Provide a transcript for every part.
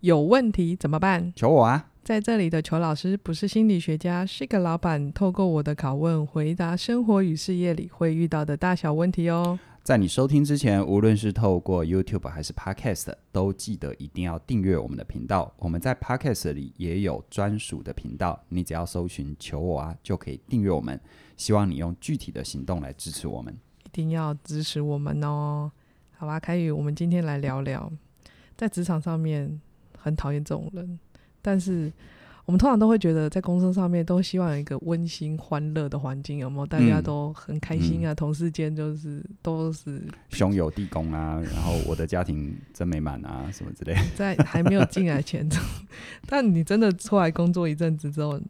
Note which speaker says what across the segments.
Speaker 1: 有问题怎么办？
Speaker 2: 求我啊！
Speaker 1: 在这里的裘老师不是心理学家，是个老板。透过我的拷问，回答生活与事业里会遇到的大小问题哦。
Speaker 2: 在你收听之前，无论是透过 YouTube 还是 Podcast，都记得一定要订阅我们的频道。我们在 Podcast 里也有专属的频道，你只要搜寻“求我啊”就可以订阅我们。希望你用具体的行动来支持我们。
Speaker 1: 一定要支持我们哦。好吧，凯宇，我们今天来聊聊，在职场上面很讨厌这种人，但是我们通常都会觉得，在公司上面都希望有一个温馨欢乐的环境，有没有？大家
Speaker 2: 嗯
Speaker 1: 都很开心啊，同事间就是都是
Speaker 2: 兄友弟恭啊，然后我的家庭真美满啊，什么之类的。
Speaker 1: 在还没有进来前， 但你真的出来工作一阵子之后，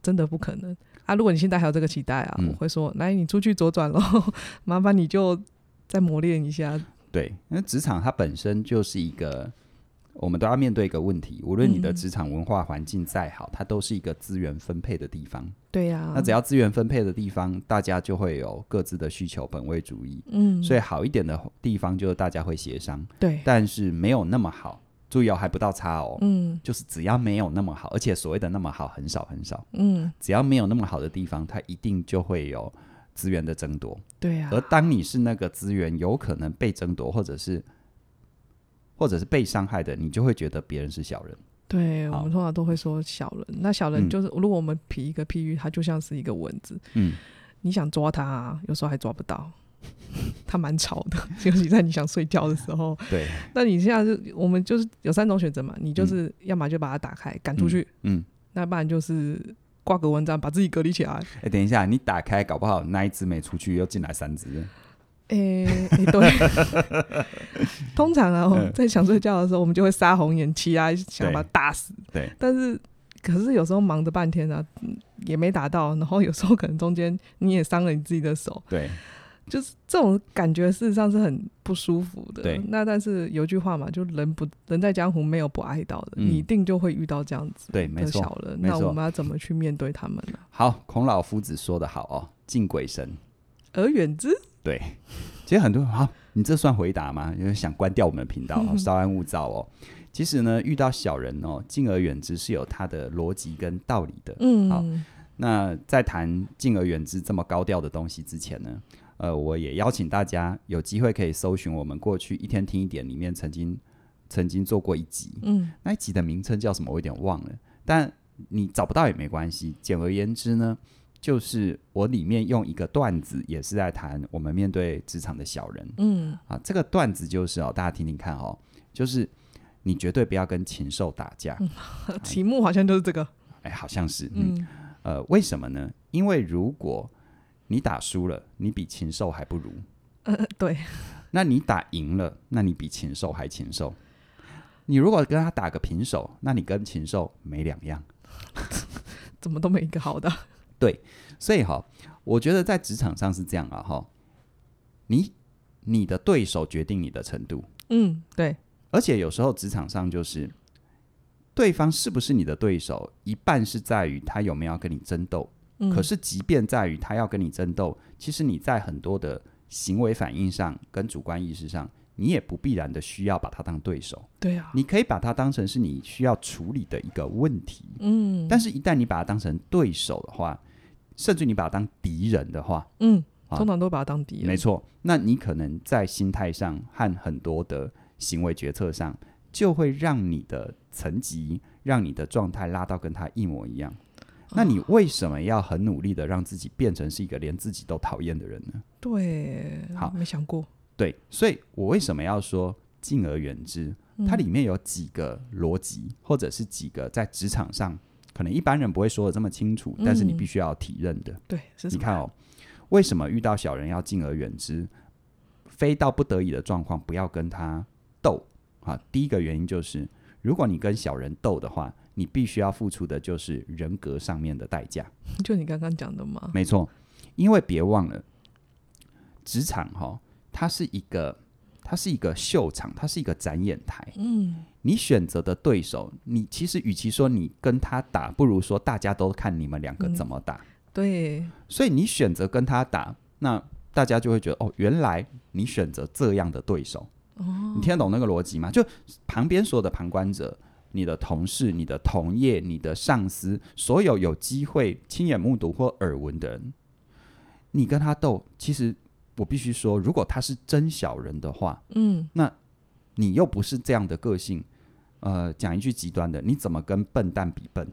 Speaker 1: 真的不可能啊！如果你现在还有这个期待啊，
Speaker 2: 嗯
Speaker 1: 我会说，来，你出去左转喽， 麻烦你就再磨练一下。
Speaker 2: 对，因为职场它本身就是一个，我们都要面对一个问题，无论你的
Speaker 1: 嗯
Speaker 2: 职场文化环境再好，它都是一个资源分配的地方。
Speaker 1: 对啊呀、
Speaker 2: 那只要资源分配的地方，大家就会有各自的需求，本位主义。
Speaker 1: 嗯，
Speaker 2: 所以好一点的地方就是大家会协商，
Speaker 1: 对，
Speaker 2: 但是没有那么好。注意哦，还不到差哦，
Speaker 1: 嗯
Speaker 2: 就是只要没有那么好，而且所谓的那么好很少很少，
Speaker 1: 嗯，
Speaker 2: 只要没有那么好的地方，它一定就会有资源的争夺。
Speaker 1: 对啊呀、
Speaker 2: 而当你是那个资源有可能被争夺，或者是或者是被伤害的，你就会觉得别人是小人。
Speaker 1: 对我
Speaker 2: 好
Speaker 1: 们通常都会说小人，那小人
Speaker 2: 嗯
Speaker 1: 就是、如果我们比一个譬喻，它就像是一个蚊子，
Speaker 2: 嗯，
Speaker 1: 你想抓它、啊，有时候还抓不 到。它蛮吵的，尤其在你想睡觉的时候。
Speaker 2: 对，
Speaker 1: 那你现在是我们就是有三种选择嘛，你就是要么就把它打开赶出去，
Speaker 2: 嗯，
Speaker 1: 那不然就是挂个蚊帐把自己隔离起来。
Speaker 2: 哎、等一下，你打开，搞不好那一只没出去，又进来三只。
Speaker 1: 诶、 诶对， 通常啊，
Speaker 2: 嗯
Speaker 1: 我们在想睡觉的时候，我们就会杀红眼期啊，想把它打死。
Speaker 2: 对，
Speaker 1: 但是可是有时候忙着半天啊，嗯也没打到，然后有时候可能中间你也伤了你自己的 手，
Speaker 2: 对，
Speaker 1: 就是这种感觉，事实上是很不舒服的。
Speaker 2: 对
Speaker 1: 那但是有句话嘛，就人不人在江湖没有不挨到的，
Speaker 2: 嗯
Speaker 1: 你一定就会遇到这样子
Speaker 2: 对，没
Speaker 1: 的
Speaker 2: 错。
Speaker 1: 小人。
Speaker 2: 没
Speaker 1: 那
Speaker 2: 错
Speaker 1: 我们要怎么去面对他们呢、
Speaker 2: 好，孔老夫子说的好哦，敬鬼神。
Speaker 1: 而远之，
Speaker 2: 对，其实很多人好，你这算回答吗？有人想关掉我们的频道哦，稍安勿躁哦。其实呢，遇到小人哦，敬而远之是有它的逻辑跟道理的。
Speaker 1: 嗯，
Speaker 2: 好那在谈敬而远之这么高调的东西之前呢，呃，我也邀请大家有机会可以搜寻我们过去一天听一点里面曾经曾经做过一集，
Speaker 1: 嗯，
Speaker 2: 那一集的名称叫什么？我有点忘了，但你找不到也没关系。简而言之呢，就是我里面用一个段子，也是在谈我们面对职场的小人
Speaker 1: 嗯
Speaker 2: 啊。这个段子就是哦，大家听听看哦，就是你绝对不要跟禽兽打架。
Speaker 1: 题目好像就是这个。
Speaker 2: 哎，好像是，嗯，
Speaker 1: 嗯
Speaker 2: 呃，为什么呢？因为如果你打输了，你比禽兽还不如；
Speaker 1: 呃，对，
Speaker 2: 那你打赢了，那你比禽兽还禽兽。你如果跟他打个平手，那你跟禽兽没两样。
Speaker 1: 怎么都没一个好的。
Speaker 2: 所以哈，我觉得在职场上是这样啊哈，你你的对手决定你的程度，
Speaker 1: 嗯， 对，
Speaker 2: 而且有时候职场上就是对方是不是你的对手，一半是在于他有没有要跟你争斗，
Speaker 1: 嗯，
Speaker 2: 可是即便在于他要跟你争斗，其实你在很多的行为反应上跟主观意识上。你也不必然的需要把他当对手，
Speaker 1: 对啊，
Speaker 2: 你可以把他当成是你需要处理的一个问题，
Speaker 1: 嗯，
Speaker 2: 但是一旦你把他当成对手的话，甚至你把他当敌人的话，
Speaker 1: 嗯，
Speaker 2: 啊
Speaker 1: 通常都把它当敌人。
Speaker 2: 没，错，那你可能在心态上和很多的行为决策上，就会让你的层级、让你的状态拉到跟他一模一样。那你为什么要很努力的让自己变成是一个连自己都讨厌的人呢？
Speaker 1: 对，
Speaker 2: 好
Speaker 1: 没想过。
Speaker 2: 对，所以我为什么要说敬而远之？
Speaker 1: 嗯
Speaker 2: 它里面有几个逻辑，或者是几个在职场上可能一般人不会说的这么清楚，但是你
Speaker 1: 嗯
Speaker 2: 必须要体认的。
Speaker 1: 对是什
Speaker 2: 你
Speaker 1: 么？
Speaker 2: 看哦，为什么遇到小人要敬而远之？非到不得已的状况，不要跟他斗啊！第一个原因就是，如果你跟小人斗的话，你必须要付出的就是人格上面的代价。
Speaker 1: 就你刚刚讲的嘛。
Speaker 2: 没错，因为别忘了，职场哈、它是一个，它是一个秀场，它是一个展演台。
Speaker 1: 嗯，
Speaker 2: 你选择的对手，你其实与其说你跟他打，不如说大家都看你们两个
Speaker 1: 嗯
Speaker 2: 怎么打。
Speaker 1: 对，
Speaker 2: 所以你选择跟他打，那大家就会觉得哦，原来你选择这样的对手。
Speaker 1: 哦
Speaker 2: 你，听得懂那个逻辑吗？就旁边所有的旁观者，你的同事、你的同业、你的上司，所有有机会亲眼目睹或耳闻的人，你跟他斗，其实我必须说，如果他是真小人的话，
Speaker 1: 嗯，
Speaker 2: 你又不是这样的个性，呃，讲一句极端的，你怎么跟笨蛋比笨，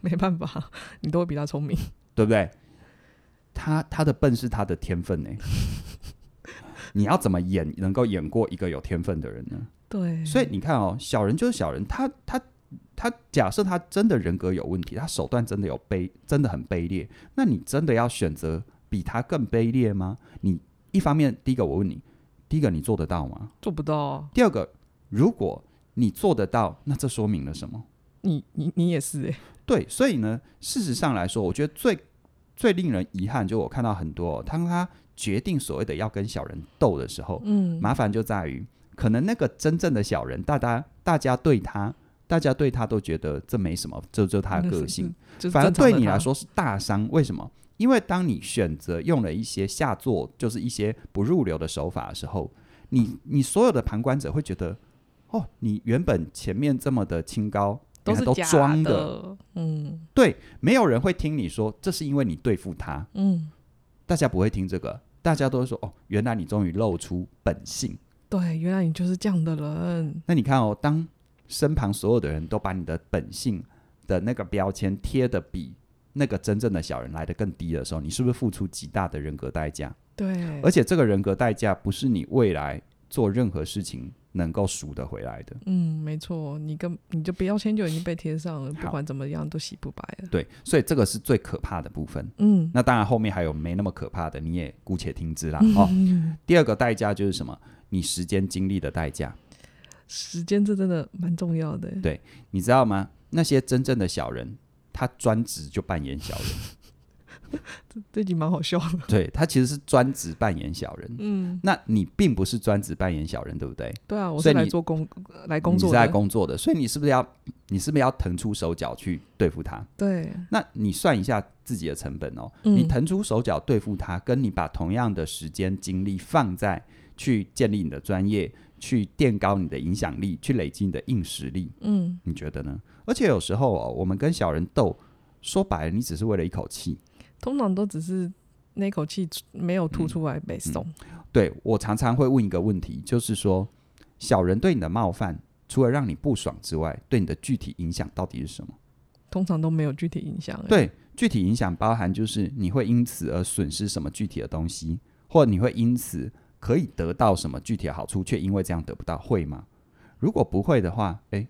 Speaker 1: 没办法， 你都会比他聪明。
Speaker 2: 对不对？他他的笨是他的天分呢、你要怎么演能够演过一个有天分的人呢？
Speaker 1: 对，
Speaker 2: 所以你看哦，小人就是小人，他他他假设他真的人格有问题，他手段真的有卑，真的很卑劣，那你真的要选择比他更卑劣吗？你一方面，第一个我问你，第一个你做得到吗？
Speaker 1: 做不到，啊
Speaker 2: 第二个，如果你做得到，那这说明了什么？
Speaker 1: 你你你也是哎、
Speaker 2: 对，所以呢，事实上来说，我觉得最最令人遗憾，就我看到很多、哦，当他决定所谓的要跟小人斗的时候，
Speaker 1: 嗯，
Speaker 2: 麻烦就在于，可能那个真正的小人，大家大家对他，大家对他都觉得这没什么，这就是他的个性。
Speaker 1: 嗯就是
Speaker 2: 反而
Speaker 1: 正常的
Speaker 2: 对你来
Speaker 1: 他，
Speaker 2: 说是大伤。为什么？因为当你选择用了一些下作，就是一些不入流的手法的时候，你你所有的旁观者会觉得，哦，你原本前面这么的清高，
Speaker 1: 都
Speaker 2: 原来
Speaker 1: 是
Speaker 2: 都
Speaker 1: 假
Speaker 2: 装的，
Speaker 1: 的，嗯
Speaker 2: 对，没有人会听你说，这是因为你对付他，
Speaker 1: 嗯，
Speaker 2: 大家不会听这个，大家都会说，哦，原来你终于露出本性。
Speaker 1: 对，原来你就是这样的人，
Speaker 2: 那你看哦，当身旁所有的人都把你的本性的那个标签贴的比那个真正的小人来的更低的时候，你是不是付出极大的人格代价？
Speaker 1: 对，
Speaker 2: 而且这个人格代价不是你未来做任何事情能够赎得回来的。
Speaker 1: 嗯，没错，你跟你就标签就已经被贴上了，不
Speaker 2: 好
Speaker 1: 管怎么样都洗不白了。
Speaker 2: 对，所以这个是最可怕的部分。
Speaker 1: 嗯，
Speaker 2: 那当然，后面还有没那么可怕的，你也姑且听之啦。哦，
Speaker 1: 嗯
Speaker 2: 第二个代价就是什么？你时间精力的代价，
Speaker 1: 时间这真的蛮重要的。
Speaker 2: 对你知道吗？那些真正的小人，他专职就扮 演小人。
Speaker 1: 这集蛮好笑的。
Speaker 2: 对他其实是专职扮演小人。
Speaker 1: 嗯，
Speaker 2: 那你并不是专职扮演小人，对不对？
Speaker 1: 对啊，我是
Speaker 2: 所以
Speaker 1: 来
Speaker 2: 你
Speaker 1: 做工呃来工
Speaker 2: 你
Speaker 1: 作
Speaker 2: 是在
Speaker 1: 的。
Speaker 2: 工作的，所以你是不是要你是不是要腾出手脚去对付他？
Speaker 1: 对，
Speaker 2: 那你算一下自己的成本哦，
Speaker 1: 嗯
Speaker 2: 你腾出手脚对付他，跟你把同样的时间精力放在去建立你的专业，去垫高你的影响力，去累积你的硬实力，
Speaker 1: 嗯，
Speaker 2: 你觉得呢？而且有时候哦，我们跟小人斗，说白了，你只是为了一口气。
Speaker 1: 通常都只是那口气没有
Speaker 2: 嗯
Speaker 1: 吐出来被送。
Speaker 2: 对我常常会问一个问题，就是说，小人对你的冒犯，除了让你不爽之外，对你的具体影响到底是什么？
Speaker 1: 通常都没有具体影响、欸。，
Speaker 2: 对，具体影响包含就是你会因此而损失什么具体的东西，或你会因此可以得到什么具体的好处，却因为这样得不到，会吗？如果不会的话，诶，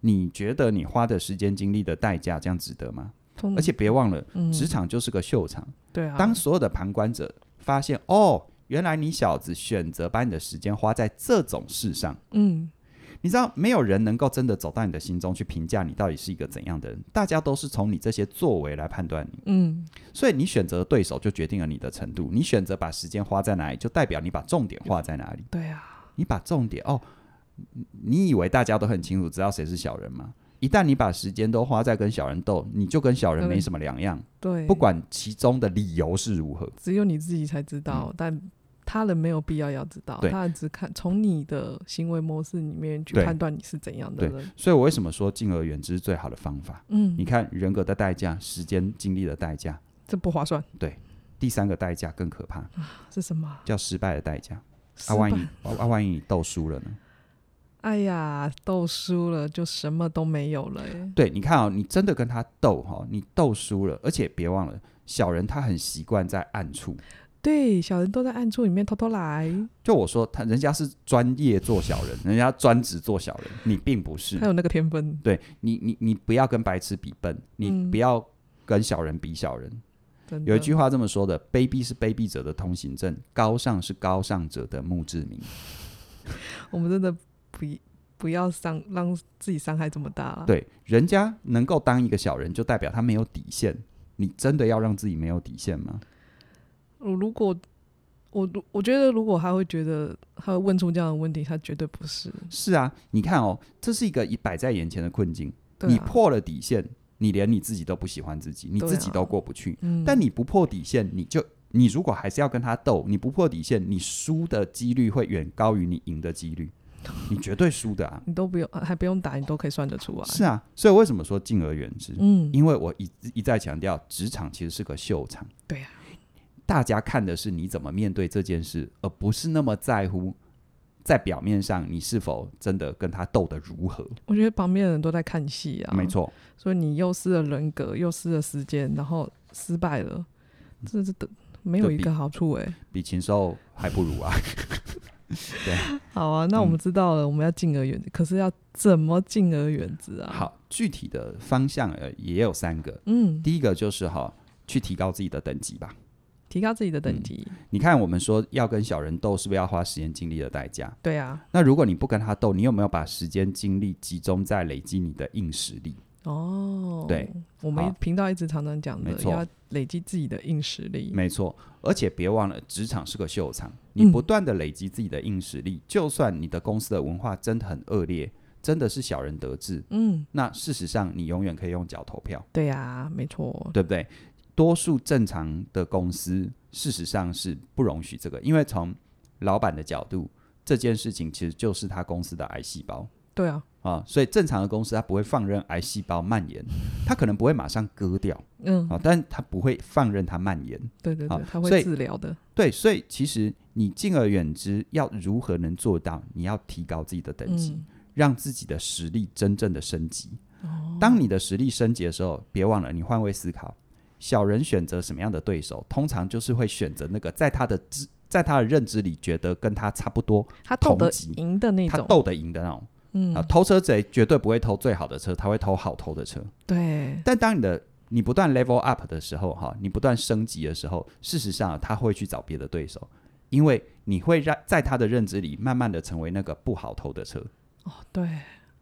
Speaker 2: 你觉得你花的时间精力的代价，这样值得吗？
Speaker 1: 通
Speaker 2: 而且别忘了，
Speaker 1: 嗯
Speaker 2: 职场就是个秀场，
Speaker 1: 对啊，
Speaker 2: 当所有的旁观者发现，哦，原来你小子选择把你的时间花在这种事上，
Speaker 1: 嗯，
Speaker 2: 你知道，没有人能够真的走到你的心中去评价你到底是一个怎样的人，大家都是从你这些作为来判断你。
Speaker 1: 嗯，
Speaker 2: 所以你选择对手就决定了你的程度，你选择把时间花在哪里，就代表你把重点花在哪里。
Speaker 1: 对啊，
Speaker 2: 你把重点哦，你你以为大家都很清楚知道谁是小人吗？一旦你把时间都花在跟小人斗，你就跟小人没什么两样，
Speaker 1: 对，
Speaker 2: 不管其中的理由是如何。
Speaker 1: 只有你自己才知道，但他人没有必要要知道，
Speaker 2: 嗯对
Speaker 1: 他人只看从你的行为模式里面去
Speaker 2: 对
Speaker 1: 判断你是怎样的人。
Speaker 2: 所以我为什么说敬而远之是最好的方法？
Speaker 1: 嗯，
Speaker 2: 你看人格的代价、时间、精力的代价，
Speaker 1: 这不划算
Speaker 2: 第三个代价更可怕，
Speaker 1: 是什么啊？
Speaker 2: 叫失败的代价。
Speaker 1: 失
Speaker 2: 啊，万一
Speaker 1: 败
Speaker 2: 啊啊，万一你斗输了呢？
Speaker 1: 哎呀，斗输了就什么都没有了、欸。
Speaker 2: 对，你看哦，你真的跟他斗哈、哦，你斗输了，而且别忘了，小人他很习惯在暗处。
Speaker 1: 对，小人都在暗处里面偷偷来，
Speaker 2: 就我说，他人家是专业做小人，人家专职做小人，你并不是
Speaker 1: 他。有那个天分。
Speaker 2: 对你，你你不要跟白痴比笨，你
Speaker 1: 嗯
Speaker 2: 不要跟小人比小人。
Speaker 1: 真的
Speaker 2: 有一句话这么说的：卑鄙是卑鄙者的通行证，高尚是高尚者的墓志铭。
Speaker 1: 我们真的不不要伤让自己伤害这么大啊了。，
Speaker 2: 对，人家能够当一个小人，就代表他没有底线。你真的要让自己没有底线吗？
Speaker 1: 我如果我如我觉得，如果他会觉得他会问出这样的问题，他绝对不是。
Speaker 2: 是啊，你看哦，这是一个已摆在眼前的困境。
Speaker 1: 对啊、
Speaker 2: 你破了底线，你连你自己都不喜欢自己，你
Speaker 1: 对
Speaker 2: 自己
Speaker 1: 啊
Speaker 2: 都过不去。
Speaker 1: 嗯，
Speaker 2: 但你不破底线，你就你 如果还是要跟他斗，你不破底线，你输的几率会远高于你赢的几率。你绝对输的啊。
Speaker 1: 你都不用呃还不用打，你都可以算得出来。
Speaker 2: 是啊，所以为什么说敬而远之？
Speaker 1: 嗯，
Speaker 2: 因为我一一再强调，职场其实是个秀场，
Speaker 1: 对啊呀、
Speaker 2: 大家看的是你怎么面对这件事，而不是那么在乎在表面上你是否真的跟他斗得如何。
Speaker 1: 我觉得旁边的人都在看戏啊，
Speaker 2: 没，错，
Speaker 1: 所以你又失了人格，又失了时间，然后失败了，这这的没有
Speaker 2: 嗯对
Speaker 1: 一
Speaker 2: 比
Speaker 1: 个好处哎、
Speaker 2: 比禽兽还不如啊。
Speaker 1: 好啊，那我们知道了，我们要敬而远之，可是要怎么敬而远之啊？，
Speaker 2: 好，具体的方向呃也有三个，
Speaker 1: 嗯，
Speaker 2: 第一个就是哈、去提高自己的等级吧。
Speaker 1: 提高自己的等级，
Speaker 2: 你看，我们说要跟小人斗，是不是要花时间精力的代价？
Speaker 1: 对啊，
Speaker 2: 那如果你不跟他斗，你有没有把时间精力集中在累积你的硬实力？
Speaker 1: 哦，
Speaker 2: 对，
Speaker 1: 我们
Speaker 2: 好
Speaker 1: 一频道一直常常讲的
Speaker 2: 没，错
Speaker 1: 要累积自己的硬实力，
Speaker 2: 没错，而且别忘了，职场是个秀场，
Speaker 1: 嗯
Speaker 2: 你不断的累积自己的硬实力，就算你的公司的文化真的很恶劣，真的是小人得志，
Speaker 1: 嗯，
Speaker 2: 那事实上你永远可以用脚投票，
Speaker 1: 对啊，没错，
Speaker 2: 对不对？多数正常的公司事实上是不容许这个，因为从老板的角度，这件事情其实就是他公司的癌细胞。
Speaker 1: 对啊，
Speaker 2: 啊，所以正常的公司它不会放任癌细胞蔓延，它可能不会马上割掉
Speaker 1: 嗯，
Speaker 2: 啊，但它不会放任它蔓延。
Speaker 1: 对对
Speaker 2: 好
Speaker 1: 对，他
Speaker 2: 所
Speaker 1: 会
Speaker 2: 以
Speaker 1: 治疗的，
Speaker 2: 对，所以其实你敬而远之，要如何能做到？你要提高自己的等级，
Speaker 1: 嗯，
Speaker 2: 让自己的实力真正的升级。
Speaker 1: 哦，
Speaker 2: 当你的实力升级的时候，别忘了你换位思考，小人选择什么样的对手，通常就是会选择那个在他的知，在他的认知里觉得跟他差不多，
Speaker 1: 他斗得
Speaker 2: 同级
Speaker 1: 赢的那
Speaker 2: 他
Speaker 1: 种，
Speaker 2: 斗得赢的那种。
Speaker 1: 嗯
Speaker 2: 啊，，偷车贼绝对不会偷最好的车，他会偷好偷的车。
Speaker 1: 嗯对，
Speaker 2: 但当你的你不断 level up 的时候，哈，你不断升级的时候，事实上、他会去找别的对手，因为你会让在他的认知里，慢慢的成为那个不好偷的车，
Speaker 1: 哦，对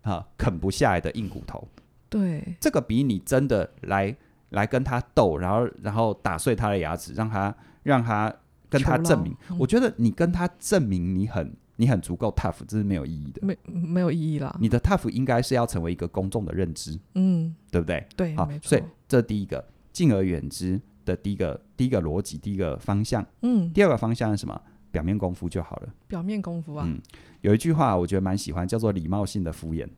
Speaker 2: 啊，啃不下来的硬骨头。
Speaker 1: 对，
Speaker 2: 这个比你真的来来跟他斗，然后然后打碎他的牙齿，让他让他跟他
Speaker 1: 求饶
Speaker 2: 证明，
Speaker 1: 嗯
Speaker 2: 我觉得你跟他证明你很你很足够 tough，这是没有意义的。
Speaker 1: 没没有意义啦，
Speaker 2: 你的 tough 应该是要成为一个公众的认知，
Speaker 1: 嗯，
Speaker 2: 对不对？
Speaker 1: 对，
Speaker 2: 好
Speaker 1: 没，
Speaker 2: 所
Speaker 1: 错
Speaker 2: 以，这第一个敬而远之的第一个第一个逻辑，第一个方向。
Speaker 1: 嗯，
Speaker 2: 第二个方向是什么？表面功夫就好了。
Speaker 1: 表面功夫啊，
Speaker 2: 嗯有一句话我觉得蛮喜欢，叫做礼貌性的敷衍，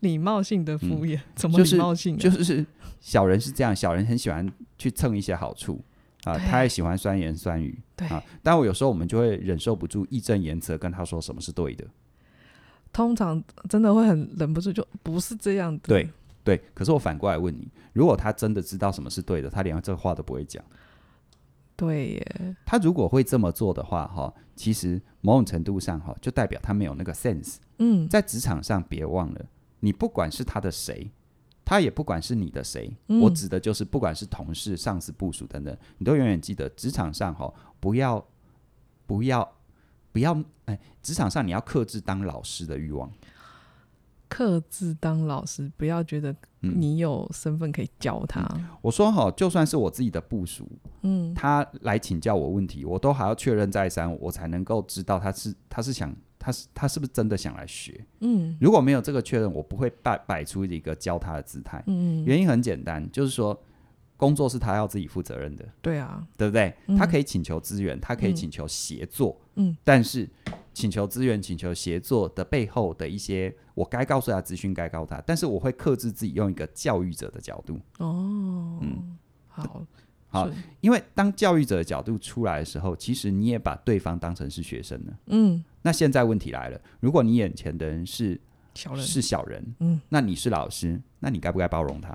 Speaker 1: 礼貌性的敷衍， 怎么
Speaker 2: 嗯就
Speaker 1: 礼
Speaker 2: 是
Speaker 1: 貌性啊？
Speaker 2: 就是小人是这样，小人很喜欢去蹭一些好处啊，
Speaker 1: 对
Speaker 2: 他也喜欢酸言酸语
Speaker 1: 对，
Speaker 2: 啊。但我有时候我们就会忍受不住义正言辞地跟他说什么是对的，
Speaker 1: 通常真的会很忍不住，就不是这样的。
Speaker 2: 对，对。可是我反过来问你，如果他真的知道什么是对的，他连这话都不会讲。
Speaker 1: 对耶，
Speaker 2: 他如果会这么做的话，哈，其实某种程度上，哈，就代表他没有那个 sense。
Speaker 1: 嗯
Speaker 2: 在职场上，别忘了，你不管是他的谁，他也不管是你的谁，
Speaker 1: 嗯
Speaker 2: 我指的就是不管是同事、上司、部署等等，你都永远记得，职场上，哈，不要，不要，不要，哎，职场上你要克制当老师的欲望。
Speaker 1: 克制当老师，不要觉得
Speaker 2: 嗯，
Speaker 1: 你有身份可以教他。
Speaker 2: 我说哈，就算是我自己的部署，
Speaker 1: 嗯，
Speaker 2: 他来请教我问题，我都还要确认再三，我才能够知道他是他是想他是他是不是真的想来学。
Speaker 1: 嗯
Speaker 2: 如果没有这个确认，我不会摆摆出一个教他的姿态。
Speaker 1: 嗯嗯，
Speaker 2: 原因很简单，就是说工作是他要自己负责任的，
Speaker 1: 对啊，
Speaker 2: 对不对？
Speaker 1: 嗯
Speaker 2: 他可以请求资源，他可以
Speaker 1: 嗯
Speaker 2: 请求协作，
Speaker 1: 嗯，
Speaker 2: 但是请求资源、请求协作的背后的一些，我该告诉他的资讯该告诉他，但是我会克制自己，用一个教育者的角度。
Speaker 1: 哦，
Speaker 2: 嗯
Speaker 1: 好，
Speaker 2: 好
Speaker 1: 所以，
Speaker 2: 因为当教育者的角度出来的时候，其实你也把对方当成是学生了。
Speaker 1: 嗯，
Speaker 2: 那现在问题来了，如果你眼前的人是
Speaker 1: 小人
Speaker 2: 是小人，
Speaker 1: 嗯，
Speaker 2: 那你是老师，那你该不该包容他？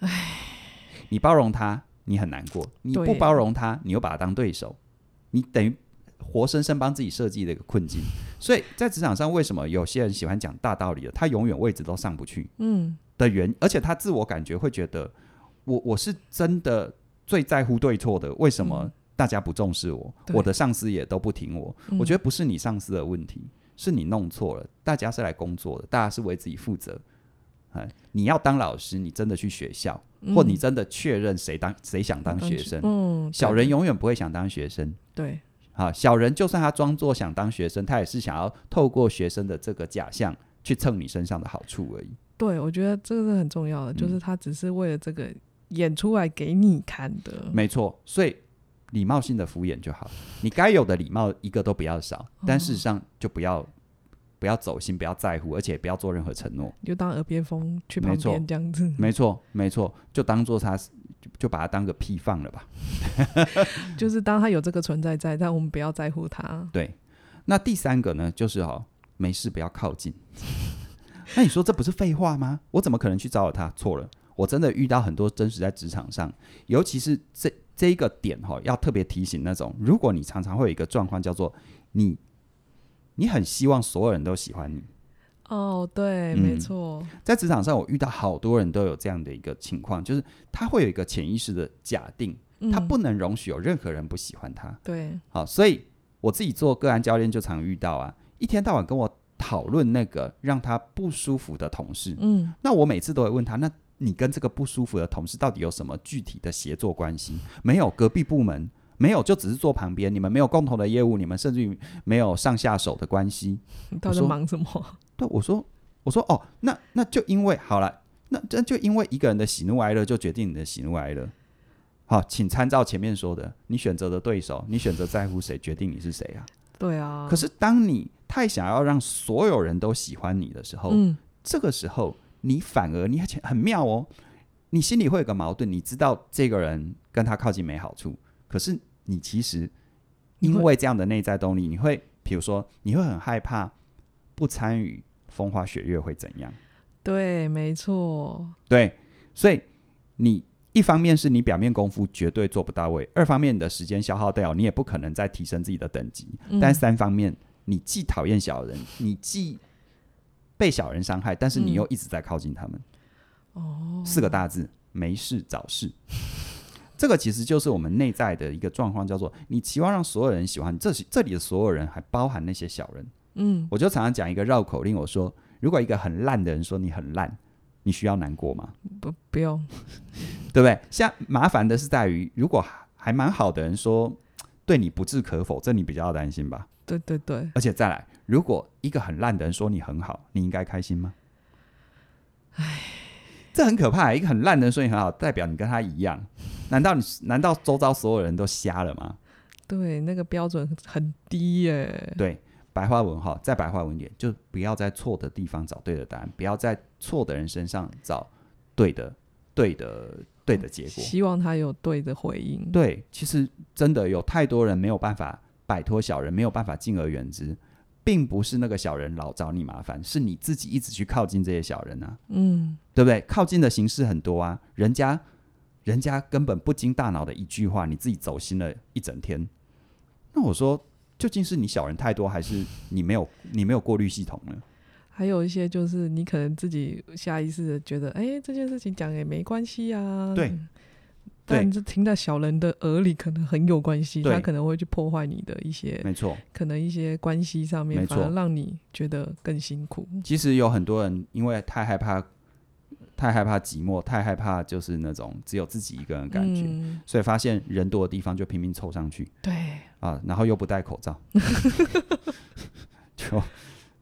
Speaker 2: 唉，你包容他，你很难过；你
Speaker 1: 对
Speaker 2: 不包容他，你又把他当对手，你等于活生生帮自己设计了一个困境。所以在职场上，为什么有些人喜欢讲大道理的，他永远位置都上不去
Speaker 1: 嗯，
Speaker 2: 的原，而且他自我感觉会觉得，我我是真的最在乎对错的，为什么
Speaker 1: 嗯
Speaker 2: 大家不重视我？
Speaker 1: 对
Speaker 2: 我的上司也都不听我，
Speaker 1: 嗯
Speaker 2: 我觉得不是你上司的问题，是你弄错了。大家是来工作的，大家是为自己负责。哎，你要当老师，你真的去学校，或你真的确认谁当谁想当学生。
Speaker 1: 嗯，
Speaker 2: 小人永远不会想当学生
Speaker 1: 对，
Speaker 2: 啊！小人就算他装作想当学生，他也是想要透过学生的这个假象去蹭你身上的好处而已。
Speaker 1: 对，我觉得这个是很重
Speaker 2: 嗯
Speaker 1: 要的，就是他只是为了这个演出来给你看的。
Speaker 2: 没错，所以礼貌性的敷衍就好，你该有的礼貌一个都不要少，但事实上就不要不要走心，不要在乎，而且不要做任何承诺。
Speaker 1: 你就当耳边风去旁
Speaker 2: 没错
Speaker 1: 边这样子，
Speaker 2: 没错，没错，就当做他就就把它当个屁放了吧。嗯
Speaker 1: 就是当他有这个存在在，但我们不要在乎他。
Speaker 2: 对，那第三个呢，就是哈、没事不要靠近。 那你说这不是废话吗？我怎么可能去骚扰他？错了，我真的遇到很多真实在职场上，尤其是这这一个点哈、要特别提醒那种，如果你常常会有一个状况叫做你，你很希望所有人都喜欢你，
Speaker 1: 哦，对，
Speaker 2: 嗯
Speaker 1: 没错，
Speaker 2: 在职场上我遇到好多人都有这样的一个情况，就是他会有一个潜意识的假定，
Speaker 1: 嗯
Speaker 2: 他不能容许有任何人不喜欢他。
Speaker 1: 对，
Speaker 2: 好，所以我自己做个案教练就常遇到啊，一天到晚跟我讨论那个让他不舒服的同事，
Speaker 1: 嗯，
Speaker 2: 那我每次都会问他，那你跟这个不舒服的同事到底有什么具体的协作关系？没有隔壁部门，没有就只是坐旁边，你们没有共同的业务，你们甚至于没有上下手的关系。
Speaker 1: 你到底嗯在
Speaker 2: 说
Speaker 1: 忙什么？
Speaker 2: 对，我说，我说哦，那那就因为好了，那那就因为一个人的喜怒哀乐就决定你的喜怒哀乐。好，请参照前面说的，你选择的对手，你选择在乎谁，决定你是谁啊。
Speaker 1: 对啊，
Speaker 2: 可是当你太想要让所有人都喜欢你的时候，
Speaker 1: 嗯，
Speaker 2: 这个时候你反而你很很妙哦，你心里会有个矛盾，你知道这个人跟他靠近没好处，可是你其实
Speaker 1: 你会
Speaker 2: 因为这样的内在动力，你会比如说你会很害怕不参与风花雪月会怎样？
Speaker 1: 对，没错，
Speaker 2: 对，所以你。一方面是你表面功夫绝对做不到位，二方面你的时间消耗掉，你也不可能再提升自己的等级。
Speaker 1: 嗯
Speaker 2: 但三方面，你既讨厌小 人，你既被小人伤害，但是你
Speaker 1: 嗯
Speaker 2: 又一直在靠近他们。
Speaker 1: 哦，
Speaker 2: 四个大字：没事找事。 这个其实就是我们内在的一个状况，叫做你期望让所有人喜欢你，这是这里的所有人还包含那些小人。
Speaker 1: 嗯，
Speaker 2: 我就常常讲一个绕口令，我说如果一个很烂的人说你很烂，你需要难过吗？
Speaker 1: 嗯不，不用，
Speaker 2: 对不对？像麻烦的是在于，如果还还蛮好的人说对你不置可否，这你比较要担心吧。
Speaker 1: 对对对，
Speaker 2: 而且再来，如果一个很烂的人说你很好，你应该开心吗？唉，这很可怕。一个很烂的人说你很好，代表你跟他一样。难道你难道周遭所有人都瞎了吗？
Speaker 1: 对，那个标准很低耶，
Speaker 2: 对，白话文哈，再白话文一点，就不要在错的地方找对的答案，不要在错的人身上找对的、对的、对的结果。
Speaker 1: 希望他有对的回应，
Speaker 2: 对，其实真的有太多人没有办法摆脱小人，没有办法敬而远之，并不是那个小人老找你麻烦，是你自己一直去靠近这些小人啊，
Speaker 1: 嗯，
Speaker 2: 对不对？靠近的形式很多啊，人家人家根本不经大脑的一句话，你自己走心了一整天。那我说，究竟是你小人太多，还是你没有你没有过滤系统呢？
Speaker 1: 还有一些就是你可能自己下意识的觉得，哎、这件事情讲也没关系啊，
Speaker 2: 对。
Speaker 1: 但这听在小人的耳里，可能很有关系，
Speaker 2: 对
Speaker 1: 他可能会去破坏你的一些，
Speaker 2: 没错，
Speaker 1: 可能一些关系上面，
Speaker 2: 没
Speaker 1: 反
Speaker 2: 错
Speaker 1: 而让你觉得更辛苦。
Speaker 2: 其实有很多人因为太害怕。太害怕寂寞，太害怕就是那种只有自己一个人的感觉，
Speaker 1: 嗯、
Speaker 2: 所以发现人多的地方就拼命凑上去
Speaker 1: 对，
Speaker 2: 啊，然后又不戴口罩， 就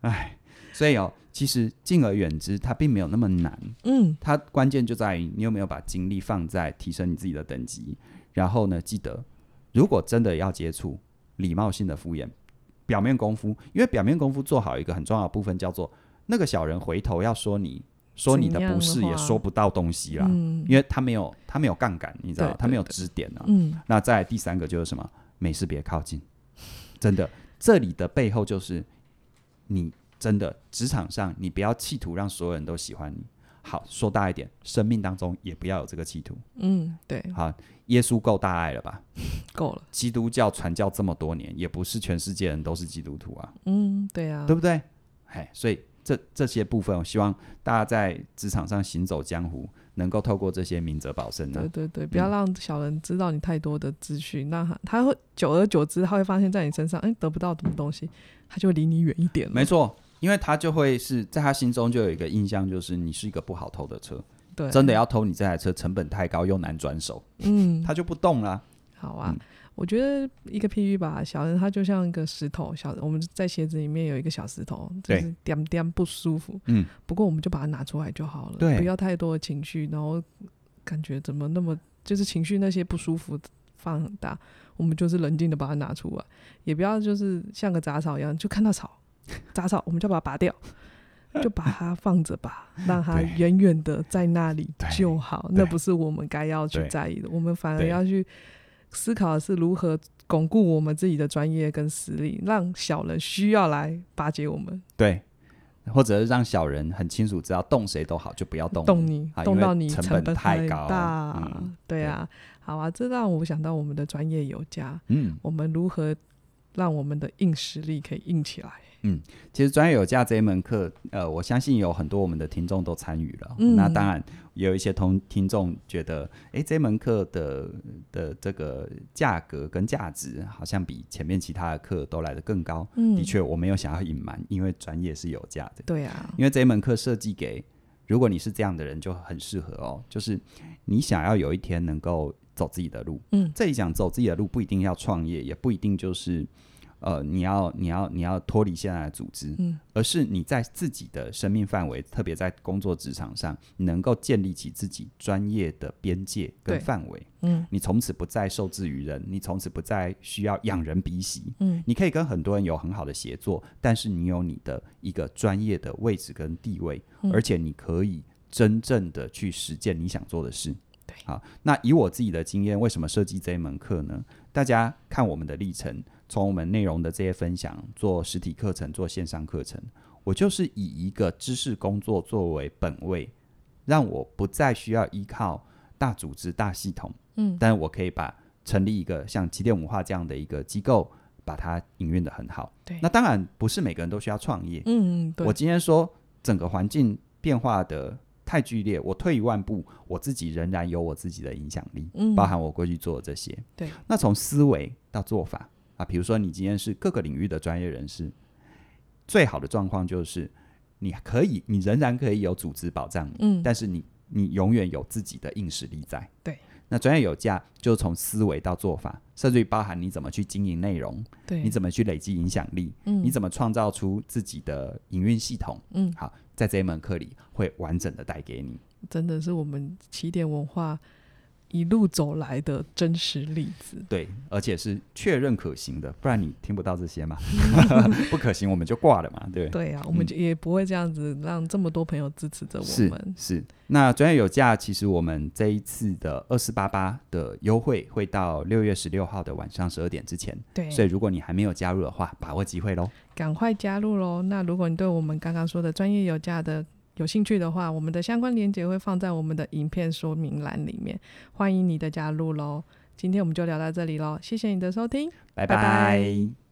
Speaker 2: 唉，所以哦，其实敬而远之，它并没有那么难，
Speaker 1: 嗯，
Speaker 2: 它关键就在于你有没有把精力放在提升你自己的等级，然后呢，记得如果真的要接触，礼貌性的敷衍，表面功夫，因为表面功夫做好一个很重要的部分叫做那个小人回头要说你说你
Speaker 1: 怎样的
Speaker 2: 的不是也
Speaker 1: 话
Speaker 2: 说不到东西啦，
Speaker 1: 嗯，
Speaker 2: 啊因为他没有他没有杠杆，你知道
Speaker 1: 对
Speaker 2: 吗，他没有
Speaker 1: 对对
Speaker 2: 支点啊。
Speaker 1: 嗯，
Speaker 2: 那再来第三个就是什么？没事别靠近，真的，这里的背后就是你真的职场上，你不要企图让所有人都喜欢你。好，说大一点，生命当中也不要有这个企图。
Speaker 1: 嗯，对，
Speaker 2: 好，耶稣够大爱了吧？
Speaker 1: 够了，
Speaker 2: 基督教传教这么多年，也不是全世界人都是基督徒啊，
Speaker 1: 嗯，对啊，
Speaker 2: 对不对？哎，所以这这些部分，我希望大家在职场上行走江湖，能够透过这些明哲保身呢、
Speaker 1: 对对对，不要让小人知道你太多的资讯，那他他会久而久之，他会发现在你身上，哎、得不到什么东西，他就离你远一点了。
Speaker 2: 没错，因为他就会是在他心中就有一个印象，就是你是一个不好偷的车，
Speaker 1: 对，
Speaker 2: 真的要偷你这台车成本太高又难转手，
Speaker 1: 嗯，
Speaker 2: 他就不动啦、
Speaker 1: 好啊。
Speaker 2: 嗯
Speaker 1: 我觉得一个譬喻吧，小人他就像一个石头，小我们在鞋子里面有一个小石头，就
Speaker 2: 对
Speaker 1: 是点点不舒服，
Speaker 2: 嗯，
Speaker 1: 不过我们就把它拿出来就好了，
Speaker 2: 对
Speaker 1: 不要太多的情绪，然后感觉怎么那么就是情绪那些不舒服放很大，我们就是冷静的把它拿出来，也不要就是像个杂草一样，就看到草杂草，我们就把它拔 掉，就把它放着吧，让它
Speaker 2: 对
Speaker 1: 远远的在那里
Speaker 2: 对
Speaker 1: 就好。
Speaker 2: 对
Speaker 1: 那不是我们该要去
Speaker 2: 对
Speaker 1: 在意的，我们反而
Speaker 2: 对
Speaker 1: 要去思考的是如何巩固我们自己的专业跟实力，让小人需要来巴结我们，
Speaker 2: 对，或者是让小人很清楚知道动谁都好，就不要动
Speaker 1: 动你
Speaker 2: 啊，因
Speaker 1: 动
Speaker 2: 为
Speaker 1: 到你
Speaker 2: 成
Speaker 1: 本
Speaker 2: 本太
Speaker 1: 很
Speaker 2: 高
Speaker 1: 大，
Speaker 2: 嗯
Speaker 1: 对啊，好啊，这让我想到我们的专业有加，
Speaker 2: 嗯，
Speaker 1: 我们如何让我们的硬实力可以硬起来？
Speaker 2: 其实专业有价这一门课，呃，我相信有很多我们的听众都参与了。
Speaker 1: 嗯
Speaker 2: 那当然也有一些同听众觉得，诶，这门课的的这个价格跟价值好像比前面其他的课都来得更高。
Speaker 1: 嗯
Speaker 2: 的，确，我没有想要隐瞒，因为专业是有价的。
Speaker 1: 对啊，
Speaker 2: 因为这一门课设计给，如果你是这样的人，就很适合哦。就是你想要有一天能够走自己的路，
Speaker 1: 嗯
Speaker 2: 这里讲走自己的路不一定要创业，也不一定就是呃你要你要你要脱离现在的组织，
Speaker 1: 嗯
Speaker 2: 而是你在自己的生命范围，特别在工作职场上，你能够建立起自己专业的边界跟
Speaker 1: 对
Speaker 2: 范围，
Speaker 1: 嗯
Speaker 2: 你从此不再受制于人，你从此不再需要仰人鼻息，
Speaker 1: 嗯，
Speaker 2: 你可以跟很多人有很好的协作，但是你有你的一个专业的位置跟地位，
Speaker 1: 嗯
Speaker 2: 而且你可以真正的去实践你想做的事。
Speaker 1: 对
Speaker 2: 好，那以我自己的经验，为什么设计这一门课呢？大家看我们的历程，从我们内容的这些分享，做实体课程，做线上课程，我就是以一个知识工作作为本位，让我不再需要依靠大组织、大系统，
Speaker 1: 嗯
Speaker 2: 但我可以把成立一个像起点文化这样的一个机构，把它营运的很好。
Speaker 1: 对
Speaker 2: 那当然不是每个人都需要创业。
Speaker 1: 嗯嗯，对，
Speaker 2: 我今天说整个环境变化的太剧烈，我退一万步，我自己仍然有我自己的影响力，
Speaker 1: 嗯
Speaker 2: 包含我过去做的这些。
Speaker 1: 对，
Speaker 2: 那从思维到做法啊，比如说你今天是各个领域的专业人士，最好的状况就是你可以，你仍然可以有组织保障你，
Speaker 1: 嗯
Speaker 2: 但是你你永远有自己的硬实力在。
Speaker 1: 对，
Speaker 2: 那专业有价就是从思维到做法，甚至于包含你怎么去经营内容，
Speaker 1: 对，
Speaker 2: 你怎么去累积影响力，
Speaker 1: 嗯
Speaker 2: 你怎么创造出自己的营运系统，
Speaker 1: 嗯，
Speaker 2: 好，在这一门课里会完整的带给你。
Speaker 1: 真的是我们起点文化一路走来的真实例子。
Speaker 2: 对，而且是确认可行的，不然你听不到这 些嘛，不可行我们就挂了嘛，对。嗯
Speaker 1: 对啊，我们就也不会这样子让这么多朋友支持着我
Speaker 2: 是
Speaker 1: 们。
Speaker 2: 是，那专业有价，其实我们这一次的二四八八的优惠会到六月十六号的晚上十二点之前，
Speaker 1: 对，
Speaker 2: 所以如果你还没有加入的话，把握机会喽。
Speaker 1: 赶快加入喽！那如果你对我们刚刚说的专业有价的有兴趣的话，我们的相关链接会放在我们的影片说明栏里面，欢迎你的加入喽！今天我们就聊到这里喽，谢谢你的收听。
Speaker 2: 拜
Speaker 1: 拜
Speaker 2: 拜。
Speaker 1: 拜